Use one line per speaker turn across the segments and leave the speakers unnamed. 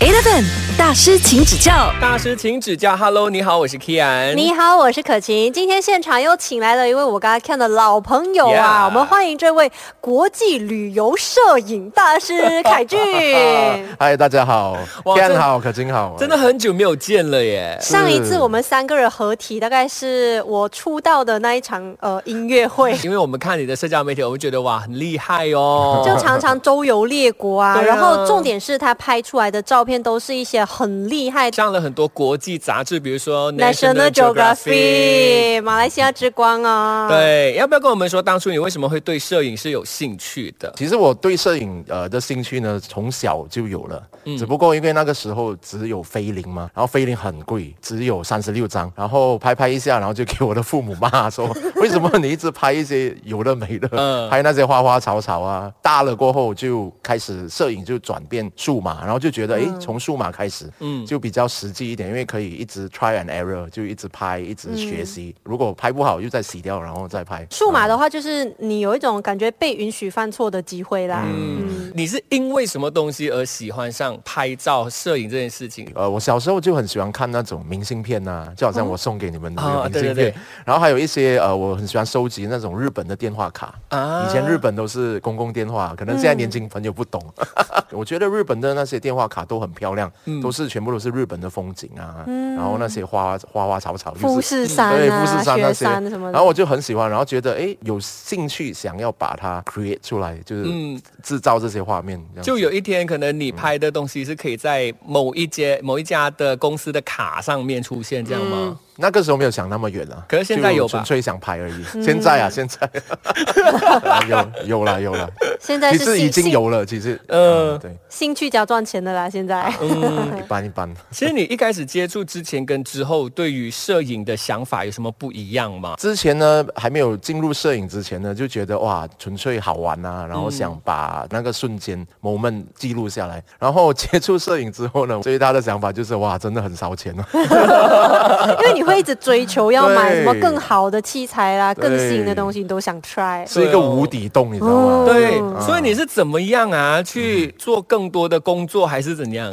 Seven 大师，请指教。
大师，请指教。Hello，你好，我是 Kian。
你好，我是可晴。今天现场又请来了一位我刚才看的老朋友啊
Yeah
我们欢迎这位国际旅游摄影大师 凯俊。
嗨，大家好，
哇
天
真
好，可真好，
真的很久没有见了耶。，
上一次我们三个人合体，大概是我出道的那一场呃音乐会
因为我们看你的社交媒体，我们觉得哇很厉害哦。
就常常周游列国啊。
对啊
然后重点是他拍出来的照片都是一些很厉害的。
上了很多国际杂志，比如说
National
Geographic。
Geography，马来西亚之光啊，，
对，要不要跟我们说，当初你为什么会对摄影是有兴趣的？
其实我对摄影呃的兴趣呢，从小就有了，
嗯
只不过因为那个时候只有菲林嘛，然后菲林很贵，只有三十六张，然后拍拍一下，然后就给我的父母骂说， 为什么你一直拍一些有的没的，
嗯
拍那些花花草草啊？大了过后就开始摄影就转变数码，然后就
嗯
觉得诶，从数码开始，嗯，就比较实际一点，因为可以一直 try and error，就一直拍，一直学习，
嗯
如果拍不好又再洗掉，然后再拍。
数码的话，就是你有一种感觉被允许犯错的机会啦。嗯，
你是因为什么东西而喜欢上拍照、摄影这件事情？
呃，我小时候就很喜欢看那种明信片呐、就好
哦
像我送给你们的那
啊
个明信
对对
片，
对
然后还有一些呃，我很喜欢收集那种日本的电话卡。
啊
以前日本都是公共电话，可能现在
嗯
年轻朋友不懂。 我觉得日本的那些电话卡都很漂亮，
嗯
都是全部都是日本的风景啊，然后那些花花花草草、就是，嗯
富士山啊
对富士山那些
雪山什么的
然后我就很喜欢，然后觉得哎有兴趣想要把它 create 出来，就是
嗯
制造这些画面，这样子
就有一天，可能你拍的东西是可以在某一间、某一家的公司的卡上面出现，这样
嗯
吗？
那个时候没有想那么远啊，
可是现在有吧
就纯粹想拍而已。现在啊，现在 啊有有了有了，
现在
其
是
实
兴
已经
兴
有了，其实
嗯
嗯对，
兴趣加赚钱的啦，现
啊
在。
一般一般。
其实你一开始接触之前跟之后，对于摄影的想法有什么不一样吗？
之前呢，还没有进入摄影之前呢，就觉得哇，纯粹好玩啊，然后想把那个瞬间 moment 记录下来。然后接触摄影之后呢，最大的想法就是哇，真的很烧钱 啊。
哦
因为你会一直追求要
对
买什么更好的器材啦，
对
更新的东西，你都想 try。
是一个无底洞，你知道吗？嗯
对，所以你是怎么样啊？去做更多的工作还是怎样？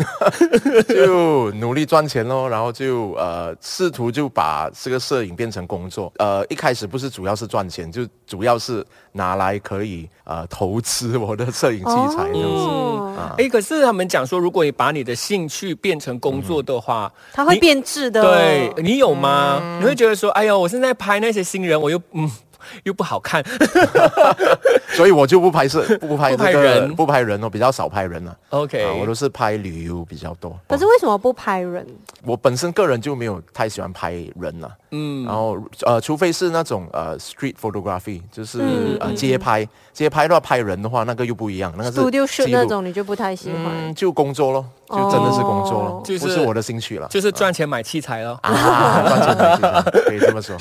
就努力赚钱咯，然后就呃试图就把这个摄影变成工作。呃，一开始不是主要是赚钱，就主要是拿来可以呃投资我的摄影器材这样子。
哦，
哎，可是他们讲说，如果你把你的兴趣变成工作的话，
它会
你。
变质
嗯
的。
对你有吗？你会觉得说，哎呦，我现在拍那些新人，我又嗯又不好 看，
所以我就不拍摄，不拍
不拍
这个，
人
不拍人哦，比较少拍人了。
OK
啊我都是拍旅游比较多。
可是为什么不拍人？
我本身个人就没有太喜欢拍人了，嗯，然后呃，除非是那种呃 street photography，就是、呃街拍，街拍的话拍人的话，那个又不一样，那个是
studio shoot
记录
那种你就不太喜欢。
嗯，就工作咯，就真的是工作
哦
咯，
就是
不是我的兴趣了，
就是赚钱买器材咯。
啊，赚钱的兴趣可以这 么说。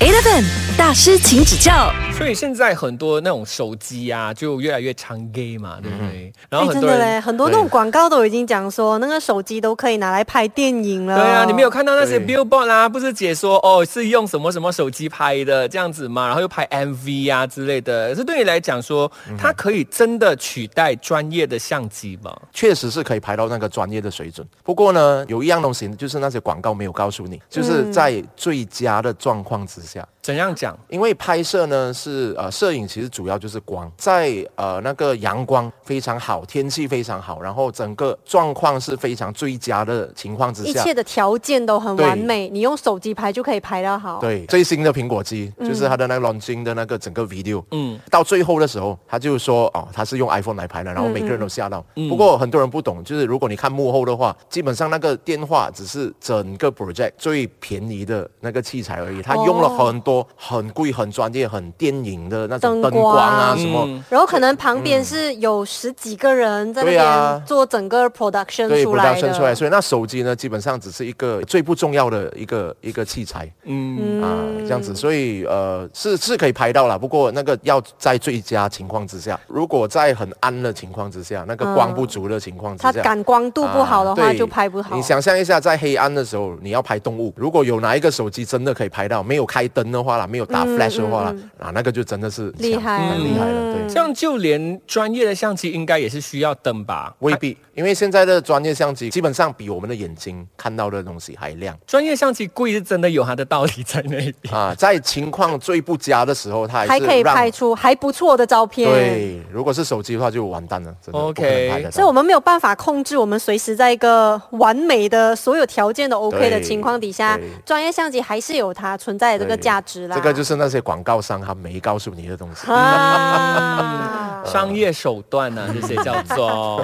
Eleven 大师，请指教。
所以现在很多那种手机啊，就越来越常 gay 嘛，对不
嗯
对？然
哎，
后很
真
多
的
人。
嘞，很多那
对
种广告都已经讲说，那个手机都可以拿来拍电影了。
对啊，你没有看到那些
对
billboard 啦、不是解说哦，是用什么什么手机拍的这样子嘛，然后又拍 MV 啊之类的。可是对你来讲说，它可以真的取代专业的相机吗？
确实是可以排到那个专业的水准。不过呢，有一样东西就是那些广告没有告诉你，就是在最佳的状况之下，
怎样讲？
因为拍摄呢是呃，摄影其实主要就是光，在呃那个阳光非常好，天气非常好，然后整个状况是非常最佳的情况之
一
下
切。的条件都很
对
完美，你用手机拍就可以拍到好。嗯
对，最新的苹果机就是它的那个 launching 的那个整个 video，嗯，到最后的时候，他就说哦，他是用 iPhone 来拍的，
嗯
然后每个人都吓到。不过很多人不懂，就是如果你看幕后的话，基本上那个电话只是整个 project 最便宜的那个器材而已，他用
哦
了很多很贵、很专业、很电影的那种
灯
灯光啊
光
什么。
然后可能旁边是有十几个人在那
嗯对啊
边做整个 production
对，
出
不
来
到
的，
生出来，所以那手机呢，基本上只是一个最不重要的一个一个器材，嗯啊，这样子，所以呃是是可以拍到啦，不过那个要在最佳情况之下，如果在很暗的情况之下，那个光不足的情况之
它
下，
感光度不好的话
啊对
就拍不好。
你想象一下，在黑暗的时候，你要拍动物，如果有哪一个手机真的可以拍到，没有开灯的话啦，没有打 flash 的话啦，啊，那个就真的是
嗯厉害
很厉害了，对。
这样就连专业的相机应该也是需要灯吧？
未必，因为现在的专业相机基本上比我们的眼睛看到的东西还亮
专业相机贵是真的有它的道理在那里。
啊，在情况最不佳的时候，它还
还
是
可以
让
拍出还不错的照片。。
对，如果是手机的话就完蛋了，真的
OK
不可能拍得
所以
到。
我们没有办法控制，我们随时在一个完美的所有条件都 OK
对
的情况底下
对，
专业相机还是有它存在的这个
对
价值啦。
这个就是那些广告商他没告诉你的东西。嗯
啊，
商业手段啊，这些叫做。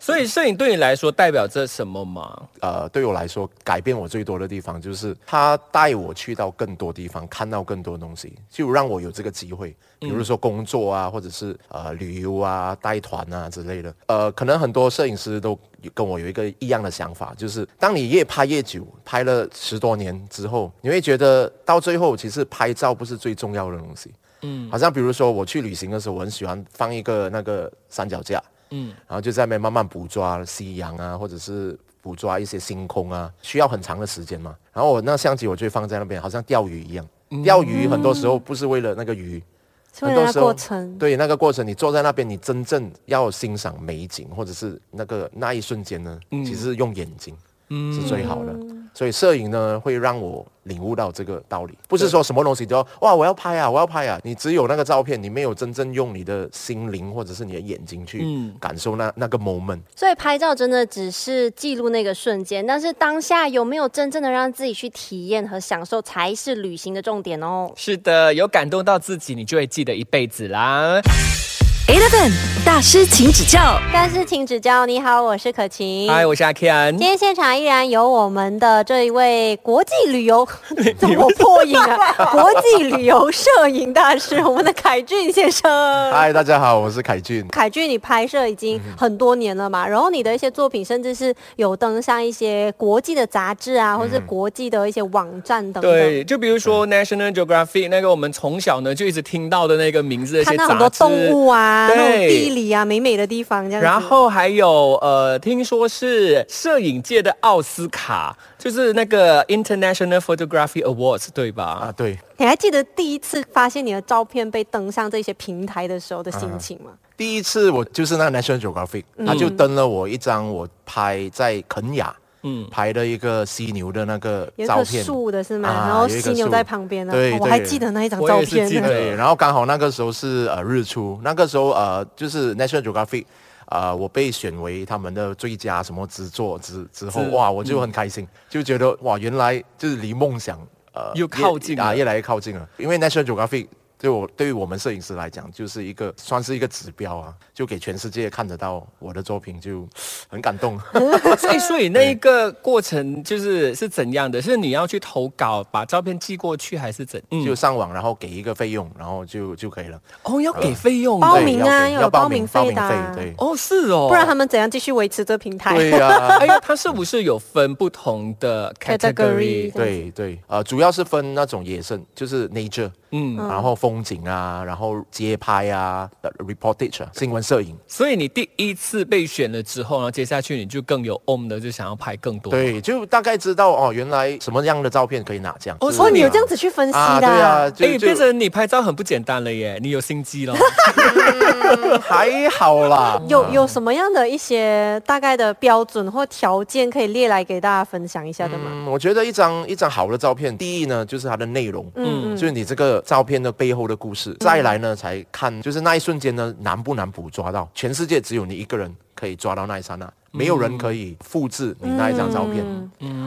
所以摄影对你来说代表着什么吗？
呃，对我来说，改变我最多的地方就是他带我去到更多地方，看到更多东西，就让我有这个机会，比如说工作啊，或者是呃旅游啊、带团啊之类的。呃，可能很多摄影师都有跟我有一个一样的想法，就是当你越拍越久，拍了十多年之后，你会觉得到最后，其实拍照不是最重要的东西。嗯，好像比如说我去旅行的时候，我很喜欢放一个那个三脚架，嗯，然后就在那边慢慢捕抓夕阳啊，或者是捕抓一些星空啊，需要很长的时间嘛。然后我那相机我就会放在那边，好像钓鱼一样。钓鱼很多时候不是为了那个鱼，
是为了
很多
那
时
个
候
过程。
对那个过程，你坐在那边，你真正要欣赏美景，或者是那个那一瞬间呢，其实是用眼睛、是最好的。所以摄影呢，会让我领悟到这个道理，不是说什么东西都要哇，我要拍啊，我要拍啊。你只有那个照片，你没有真正用你的心灵或者是你的眼睛去感受那、那个 moment。
所以拍照真的只是记录那个瞬间，但是当下有没有真正的让自己去体验和享受，才是旅行的重点哦。
是的，有感动到自己，你就会记得一辈子啦。
Eleven 大师，请指教。
但是请指教，你好，我是可晴。
嗨，我是阿 Ken
今。天现场依然有我们的这一位国际 旅游，怎么破音啊？国际旅游摄影大师，我们的凯俊先生。
嗨，大家好，我是凯俊。
凯俊，你拍摄已经很多年了
嗯
嘛，然后你的一些作品甚至是有登上一些国际的杂志啊，或是国际的一些网站等等。
嗯对，就比如说 National Geographic 那个我们从小呢就一直听到的那个名字的一
看
些
到
杂
很多
志
动物啊，那种
对
地理啊，美美的地方这样子。
然后还有呃，听说是摄影界的奥斯卡，就是那个 International Photography Awards，对吧？
啊，对，
你还记得第一次发现你的照片被登上这些平台的时候的
嗯
心情吗？
第一次我就是那个 National Geographic，、他就登了我一张我拍在肯雅。嗯，拍的一个犀牛的那个
有一
照
棵
片，
树的是吗？
啊
然后
有一
犀
棵
牛
树
在旁边呢、
对
我还
对
记得那一张
我
照
也是
片啊
记得
呢。
对，然后刚好那个时候是呃日出，那个时候呃就是 National Geographic，呃我被选为他们的最佳什么之作之之后
是，
哇我就很开
嗯
心，就觉得哇原来就是离梦想呃
又靠近
越啊
了
越来越靠近了，因为 National Geographic。对我对于我们摄影师来讲，就是一个算是一个指标啊，就给全世界看得到我的作品，就很感动。
嗯
所以，所以那一个过程就是是怎样的？是你要去投稿，把照片寄过去，还是怎？嗯，
就上网，然后给一个费用，然后就就可以了。
哦，要给费用的
报
对
名
要
啊
给
要有
要
报
报
名
名
费
报名
的
费
啊，
对
哦，是哦，
不然他们怎样继续维持这平台？
对 呀。
哎呀，它是不是有分不同的
Category
category？
对对，呃，主要是分那种野生，就是 nature，嗯，然后风景啊，然后街拍啊呃，reportage 啊新闻摄影，
所以你第一次被选了之后，然后接下去你就更有 om 的，就想要拍更多。，
对，就大概知道哦，原来什么样的照片可以拿奖。
哦
就是
哦，你有这样子去分析的、
啊？对啊，
哎，
就
变
就
成你拍照很不简单了耶，你有心机 了。
还好啦。
有有什么样的一些大概的标准或条件可以列来给大家分享一下的吗？
嗯，我觉得一张一张好的照片，第一呢就是它的内容，嗯，就是你这个照片的背后的故
嗯
事。再来呢，才看就是那一瞬间呢难不难捕捉到，全世界只有你一个人可以抓到那一刹那，没有
嗯
人可以复制你那一张照片。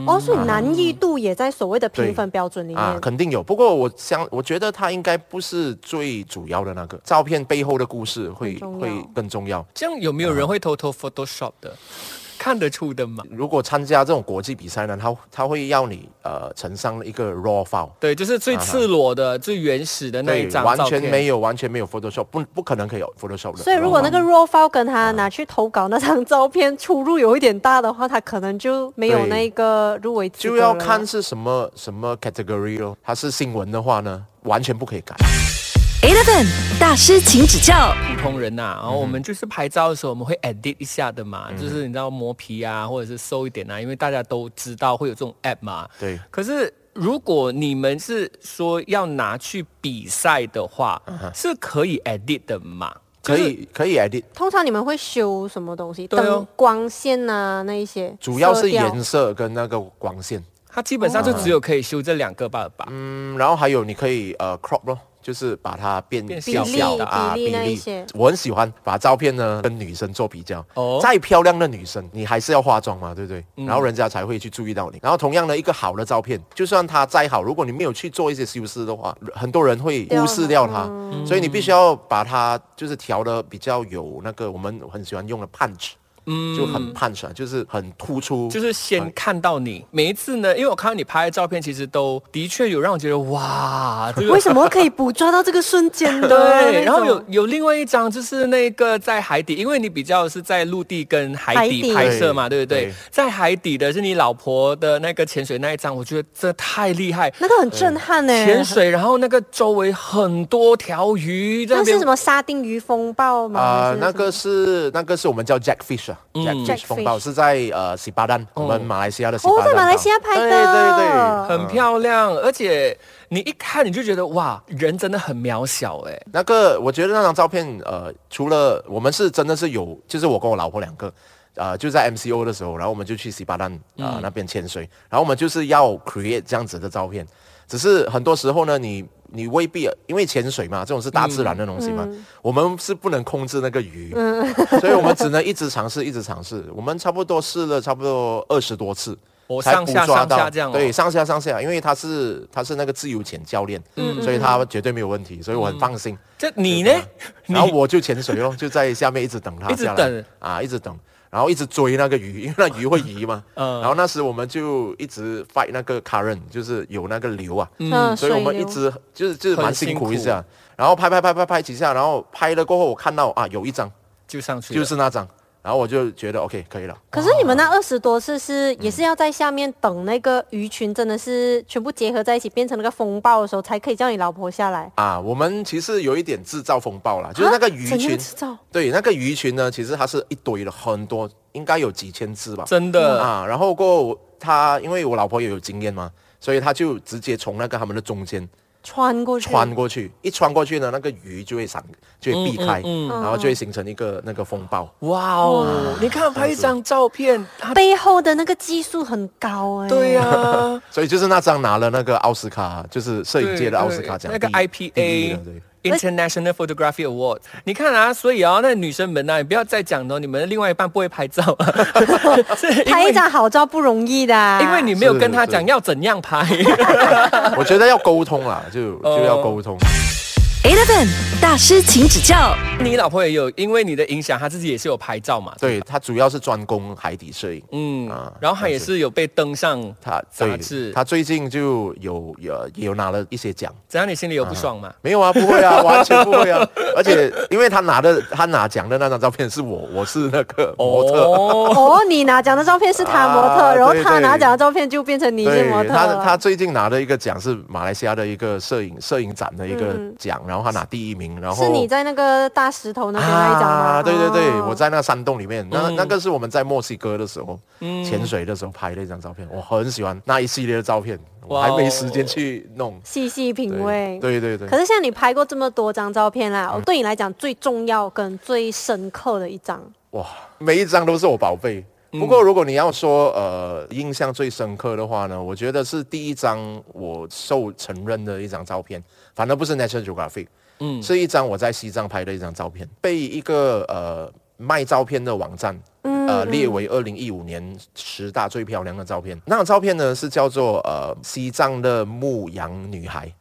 哦，所以难易度也在所谓的评分标准里面。
嗯啊，肯定有。不过我想，我觉得它应该不是最主要的那个，照片背后的故事会
很重要
会更重要。
这样有没有人会偷偷 Photoshop 的？看得出的嘛？
如果参加这种国际比赛呢，他他会要你呃呈上一个 raw file，
对，就是最赤裸的、最原始的那一
啊对，
张
完
照
全
片。
没有完全没有 Photoshop，不不可能可以有啊 Photoshop 的。啊
所以如果
raw
那个 raw file 跟他拿去投稿那张照片出入有一点大的话，他可能就没有
对
那个入围资格
就
了
要看是什么什么 category 咯，它是新闻的话呢，完全不可以改。
Eleven 大师，请指教。
普通人呐、
嗯
然后我们就是拍照的时候，我们会 edit 一下的嘛，就是你知道磨皮啊，或者是瘦一点啊，因为大家都知道会有这种 app 嘛。
对
可是如果你们
嗯
是说要拿去比赛的话，是可以 edit 的嘛？
可以可以 edit，
通常你们会修什么东西？
对哦
灯光线啊那一些，
主要是
色调
颜色跟那个光线。
它基本上就只有可以修这两个吧吧。
啊嗯，然后还有你可以呃 crop 咯，就是把它变
变
小
比例
小的啊
比例那一些
我很喜欢把照片呢跟女生做比较。
哦
再漂亮的女生，你还是要化妆嘛，对不对？然后人家才会去注意到你。然后同样的一个好的照片，就算它再好，如果你没有去做一些修饰的话，很多人会忽视掉它。所以你必须要把它就是调的比较有那个我们很喜欢用的 punch。就很 punch 啊，就是很突出，
就是先看到你每一次呢，因为我看到你拍的照片，其实都的确有让我觉得 哇，这个
为什么可以捕捉到这个瞬间的？
对，
那种
然后有有另外一张就是那个在海底，因为你比较是在陆地跟海
海
底
底
拍摄嘛，对
对
不对
对？
在海底的是你老婆的那个潜水那一张，我觉得这太厉害。
那个很震撼呢、
潜水，然后那个周围很多条鱼在
那
那
是
边
什么沙丁鱼风暴吗？还
啊、
是
那
什
个
么
是那个是我们叫 Jackfish 啊、j a c k f i s
Jackfish
h 风暴是在呃喜巴丹、我们马来西亚的喜巴
哦，
丹
在
岛。
马来西亚拍的，
对对对，
很漂亮，而且你一看你就觉得哇，人真的很渺小哎、
那个我觉得那张照片呃，除了我们是真的是有，就是我跟我老婆两个。呃，就在 MCO 的时候，然后我们就去喜巴丹啊、呃那边潜水，然后我们就是要 create 这样子的照片，只是很多时候呢，你你未必因为潜水嘛，这种是大自然的东西嘛，我们是不能控制那个鱼， 所以我们只能一直尝试，一直尝试。我们差不多试了差不多二十多次，
哦
才
上
捕
下
抓
上
到。
下这样哦
对，上下上下，因为他是他是那个自由潜教练，所以他绝对没有问题，所以我很放心。
这你呢？你
然后我就潜水咯，就在下面一直等他
嗯一直
下来，
等
啊，一直等，然后一直追那个鱼，因为那鱼会移嘛。
嗯
然后那时我们就一直 fight 那个 current，就是有那个流啊，
嗯，
所以我们
水
一
流
直就是就是蛮
很
辛
辛
苦
苦
一下。然后拍拍拍拍拍几下，然后拍了过后，我看到啊有一张
就上去了，
就是那张，然后我就觉得 OK 可以了。
可是你们那二十多次是也是要在下面等那个鱼群真的是全部结合在一起变成那个风暴的时候，才可以叫你老婆下来。
啊，我们其实有一点制造风暴啦，就是那个鱼
啊怎样
群，
制造
对，那个鱼群呢，其实它是一堆的，很多，应该有几千只吧。
真的、
啊，然后过后它，因为我老婆也有经验嘛，所以她就直接从那个他们的中间
穿过去，
穿过去，一穿过去呢，那个鱼就会闪，就会避开，
嗯
然后就会形成一个那个风暴。
哇哦！你看拍一张照片，它
背后的那个技术很高哎、
对呀、
啊所以就是那张拿了那个奥斯卡，就是摄
对
影界的奥斯卡奖，
对那个
第一第一
IPA
的对。
International Photography Award，你看啊，所以啊，那女生们啊，你不要再讲了，你们的另外一半不会拍照 啊，是因为
拍一张好照不容易的啊、
因为你没有跟他
是
讲
是
要怎样拍。
我觉得要沟通啦，就就
哦
要沟通。
Eleven 大师，请指教。
你老婆也有因为你的影响，她自己也是有拍照嘛，
对他主要是专攻海底摄影，
嗯，
啊
然后她也
但
是有被登上
他
杂
对
志，
他最近就有有也有拿了一些奖。
怎样你心里有不爽吗？
没有啊，不会啊，完全不会 啊！而且，因为他拿的他拿奖的那张照片是我，我是那个模特，
哦，
哦，你拿奖的照片是他模特，
啊
然后
对
他
对
拿奖的照片就变成你是
对
模特啊
他
了。
他最近拿的一个奖是马来西亚的一个摄影摄影展的一个奖，然后他拿第一名，然
嗯
后
是你在那个大石头那边那一张吗？
啊，对对对，
哦嗯
我在那个山洞里面，那、那个是我们在墨西哥的时候、潜水的时候拍的一张照片，我很喜欢那一系列的照片，我
哇
还
哦
没时间去弄，
细细品味
对。对对对
可。是像你拍过这么多张照片啦，对你来讲最重要跟最深刻的一张，
哇，每一张都是我宝贝。不过，如果你要说呃印象最深刻的话呢，我觉得是第一张我受承认的一张照片，反而不是 National Geographic，嗯，是一张我在西藏拍的一张照片，被一个呃卖照片的网站。呃，列为二零一五年十大最漂亮的照片。那张照片呢是叫做呃西藏的牧羊女孩，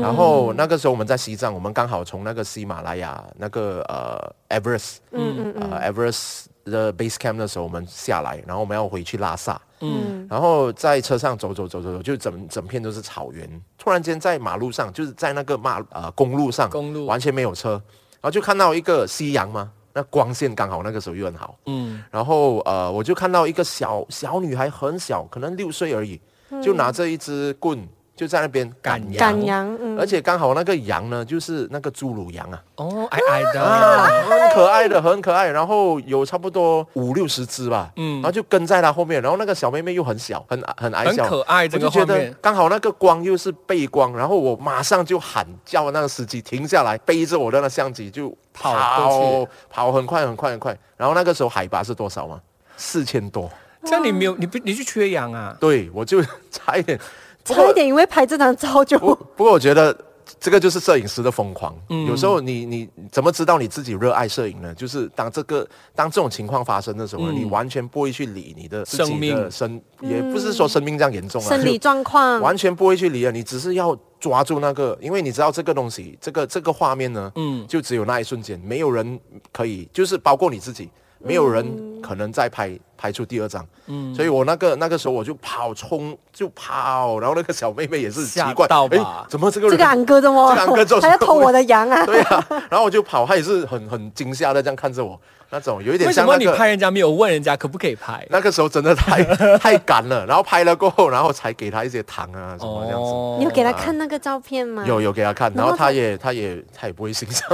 然后那个时候我们在西藏，我们刚好从那个喜马拉雅那个呃 Everest，嗯嗯呃 Everest 的 base camp 的时候，我们下来，然后我们要回去拉萨，嗯，然后在车上走走走走走，就整整片都是草原，突然间在马路上，就是在那个马呃公路上，
公路
完全没有车，然后就看到一个夕阳嘛。那光线刚好那个时候又很好，嗯，然后呃，我就看到一个小小女孩，很小，可能六岁而已，就拿着一支棍，就在那边嗯赶
赶
羊，
羊
赶羊，嗯，
而且刚好那个羊呢，就是那个侏儒羊啊，
哦，矮矮的，
很可爱的，很可爱。然后有差不多五六十只吧，嗯，然后就跟在它后面。然后那个小妹妹又很小，很很矮小，
很可爱
我
这个
就觉
画
得
面
刚好那个光又是背光，然后我马上就喊叫那个司机停下来，背着我的那相机就
跑过
跑跑很快很快很快。然后那个时候海拔是多少吗？四千多。
这样你没有，你不你去缺氧啊？
对，我就 差一点，不
差
过
一点因为拍这张照就
不不过我觉得这个就是摄影师的疯狂。
嗯
有时候你你怎么知道你自己热爱摄影呢？就是当这个当这种情况发生的时候，
嗯
你完全不会去理你的自己
生
的
命
生，也不是说生命这样严重啊，
生理状
嗯
况，
完全不会去理啊，你只是要抓住那个，因为你知道这个东西，这个这个画面呢，嗯，就只有那一瞬间，没有人可以，就是包括你自己，没有人可能再拍拍出第二张，嗯，所以我那个那个时候我就跑冲就跑，然后那个小妹妹也是奇
吓
怪，
到
诶
吧
怎么这个
这
人
个俺哥怎么
这个俺哥做什
还
么
要偷我的羊啊？
对啊，然后我就跑，她也是很很惊吓的这样看着我，那种有一点
为什
像
么
那
你
个。
拍人家没有问人家可不可以拍？
那个时候真的太 太赶了，然后拍了过后，然后才给她一些糖啊什么这样子。
哦
你有给他看那个照片吗？
有有给他看，然后他也他也他也不会欣 赏，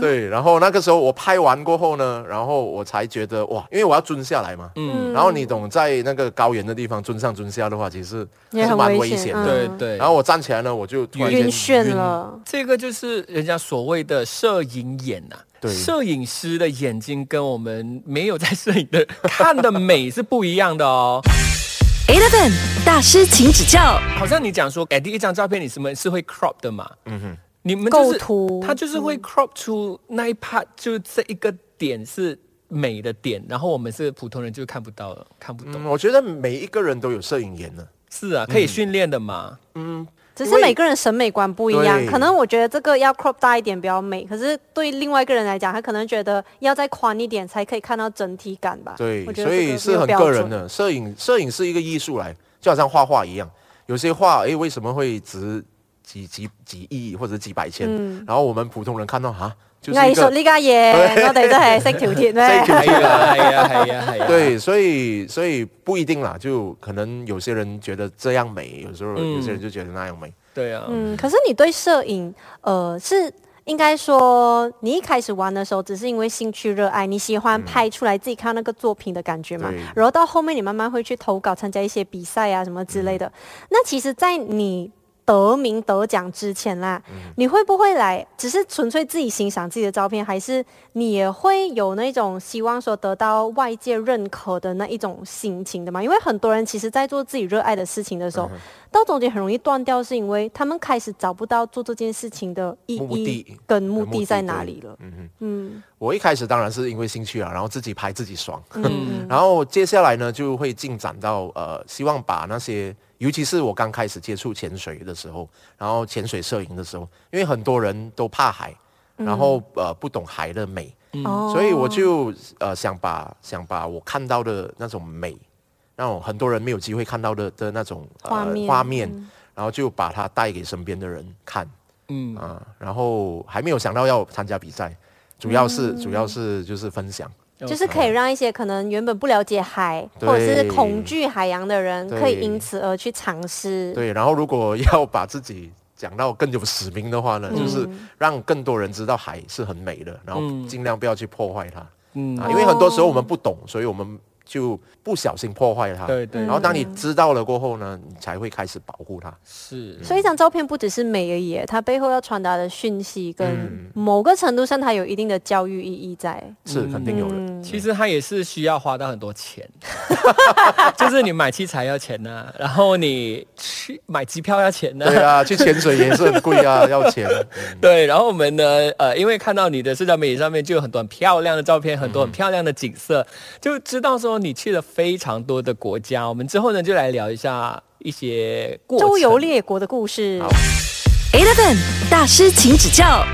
对。然后那个时候我拍完过后呢，然后我才觉得哇，因为我要蹲下来嘛，嗯。然后你懂，在那个高原的地方蹲上蹲下的话，其实
也
还是
很
蛮
危
危
险
险
嗯
的。
对对，
然后我站起来呢，我就突然间
晕眩。了，
这个就是人家所谓的摄影眼呐、
对
摄影师的眼睛跟我们没有在摄影的看的美是不一样的哦。
Eleven 大师，请指教。
好像你讲说，哎，第一张照片你什么是会 crop 的嘛？嗯哼，你们
构
就是
图嗯
它就是会 crop 出那一 part，就这一个点是美的点，然后我们是普通人就看不到了，看不懂。
嗯，我嗯觉得每一个人都有摄影眼的，
是啊，可以训练的嘛。
只是每个人审美观不一样，
对
可能我觉得这个要 crop 大一点比较美，可是对另外一个人来讲，他可能觉得要再宽一点才可以看到整体感吧。
对
我，觉得
所以
这
是
个
很
没有
个
标
人
准。
的。摄影摄影是一个艺术来，就好像画画一样，有些画诶为什么会值几几几亿或者几百千？
嗯
然后我们普通人看到啊，就是
藝
一
術
个。
呢家嘢，我哋都係識條鐵
識條
哎
咩？
呀，哎呀，哎呀，哎呀。
对，所以所以不一定啦，就可能有些人觉得这样美，有时候、有些人就觉得那样美。
对啊，
嗯，可是你对摄影，呃，是應該說你一開始玩的時候，只是因為興趣熱愛，你喜
嗯
歡拍出來自己看那個作品的感覺嘛
對。
然後到後面你慢慢會去投稿，參加一些比賽啊什麼之類的。那其實，在你得名得獎之前啦，嗯你会不会来？只是纯粹自己欣赏自己的照片，还是你也会有那种希望说得到外界认可的那一种心情的嘛？因为很多人其实，在做自己热爱的事情的时候，到中间很容易断掉，是因为他们开始找不到做这件事情的意
目
义
的
跟目的在哪里了。
嗯哼，
嗯，
我一开始当然是因为兴趣啊，然后自己拍自己爽。
嗯
然后接下来呢，就会进展到呃，希望把那些，尤其是我刚开始接触潜水的时候，然后潜水摄影的时候，因为很多人都怕海，
嗯
然后呃不懂海的美，
哦
所以我就呃想把想把我看到的那种美，那种很多人没有机会看到的的那种、呃
画面嗯
画面，然后就把它带给身边的人看，嗯啊、然后还没有想到要参加比赛，主要是、
嗯
主要是就是分享，
就是可以让一些可能原本不了解海
对
或者是恐惧海洋的人，
对
可以因此而去尝试。
对，然后如果要把自己讲到更有使命的话呢，
嗯
就是让更多人知道海是很美的，然后
嗯
尽量不要去破坏它。嗯，啊，因为很多时
哦
候我们不懂，所以我们就不小心破坏它。
对对
然后当你知道了过后呢，你才会开始保护它。
是
所以一张照片不只是美而已，它背后要传达的讯息跟某个程度上，它有一定的教育意义在。
是
嗯
肯定有的。
其实它也是需要花到很多钱， 就是你买器材要钱呐、然后你去买机票要钱呐、
对啊，去潜水也是很贵啊，要钱。
对，然后我们呢，呃，因为看到你的社交媒体上面就有很多很漂亮的照片，很多
嗯
很漂亮的景色，就知道说你去了非常多的国家。我们之后呢，就来聊一下一些过程
周游列国的故事。
Eleven 大师，请指教。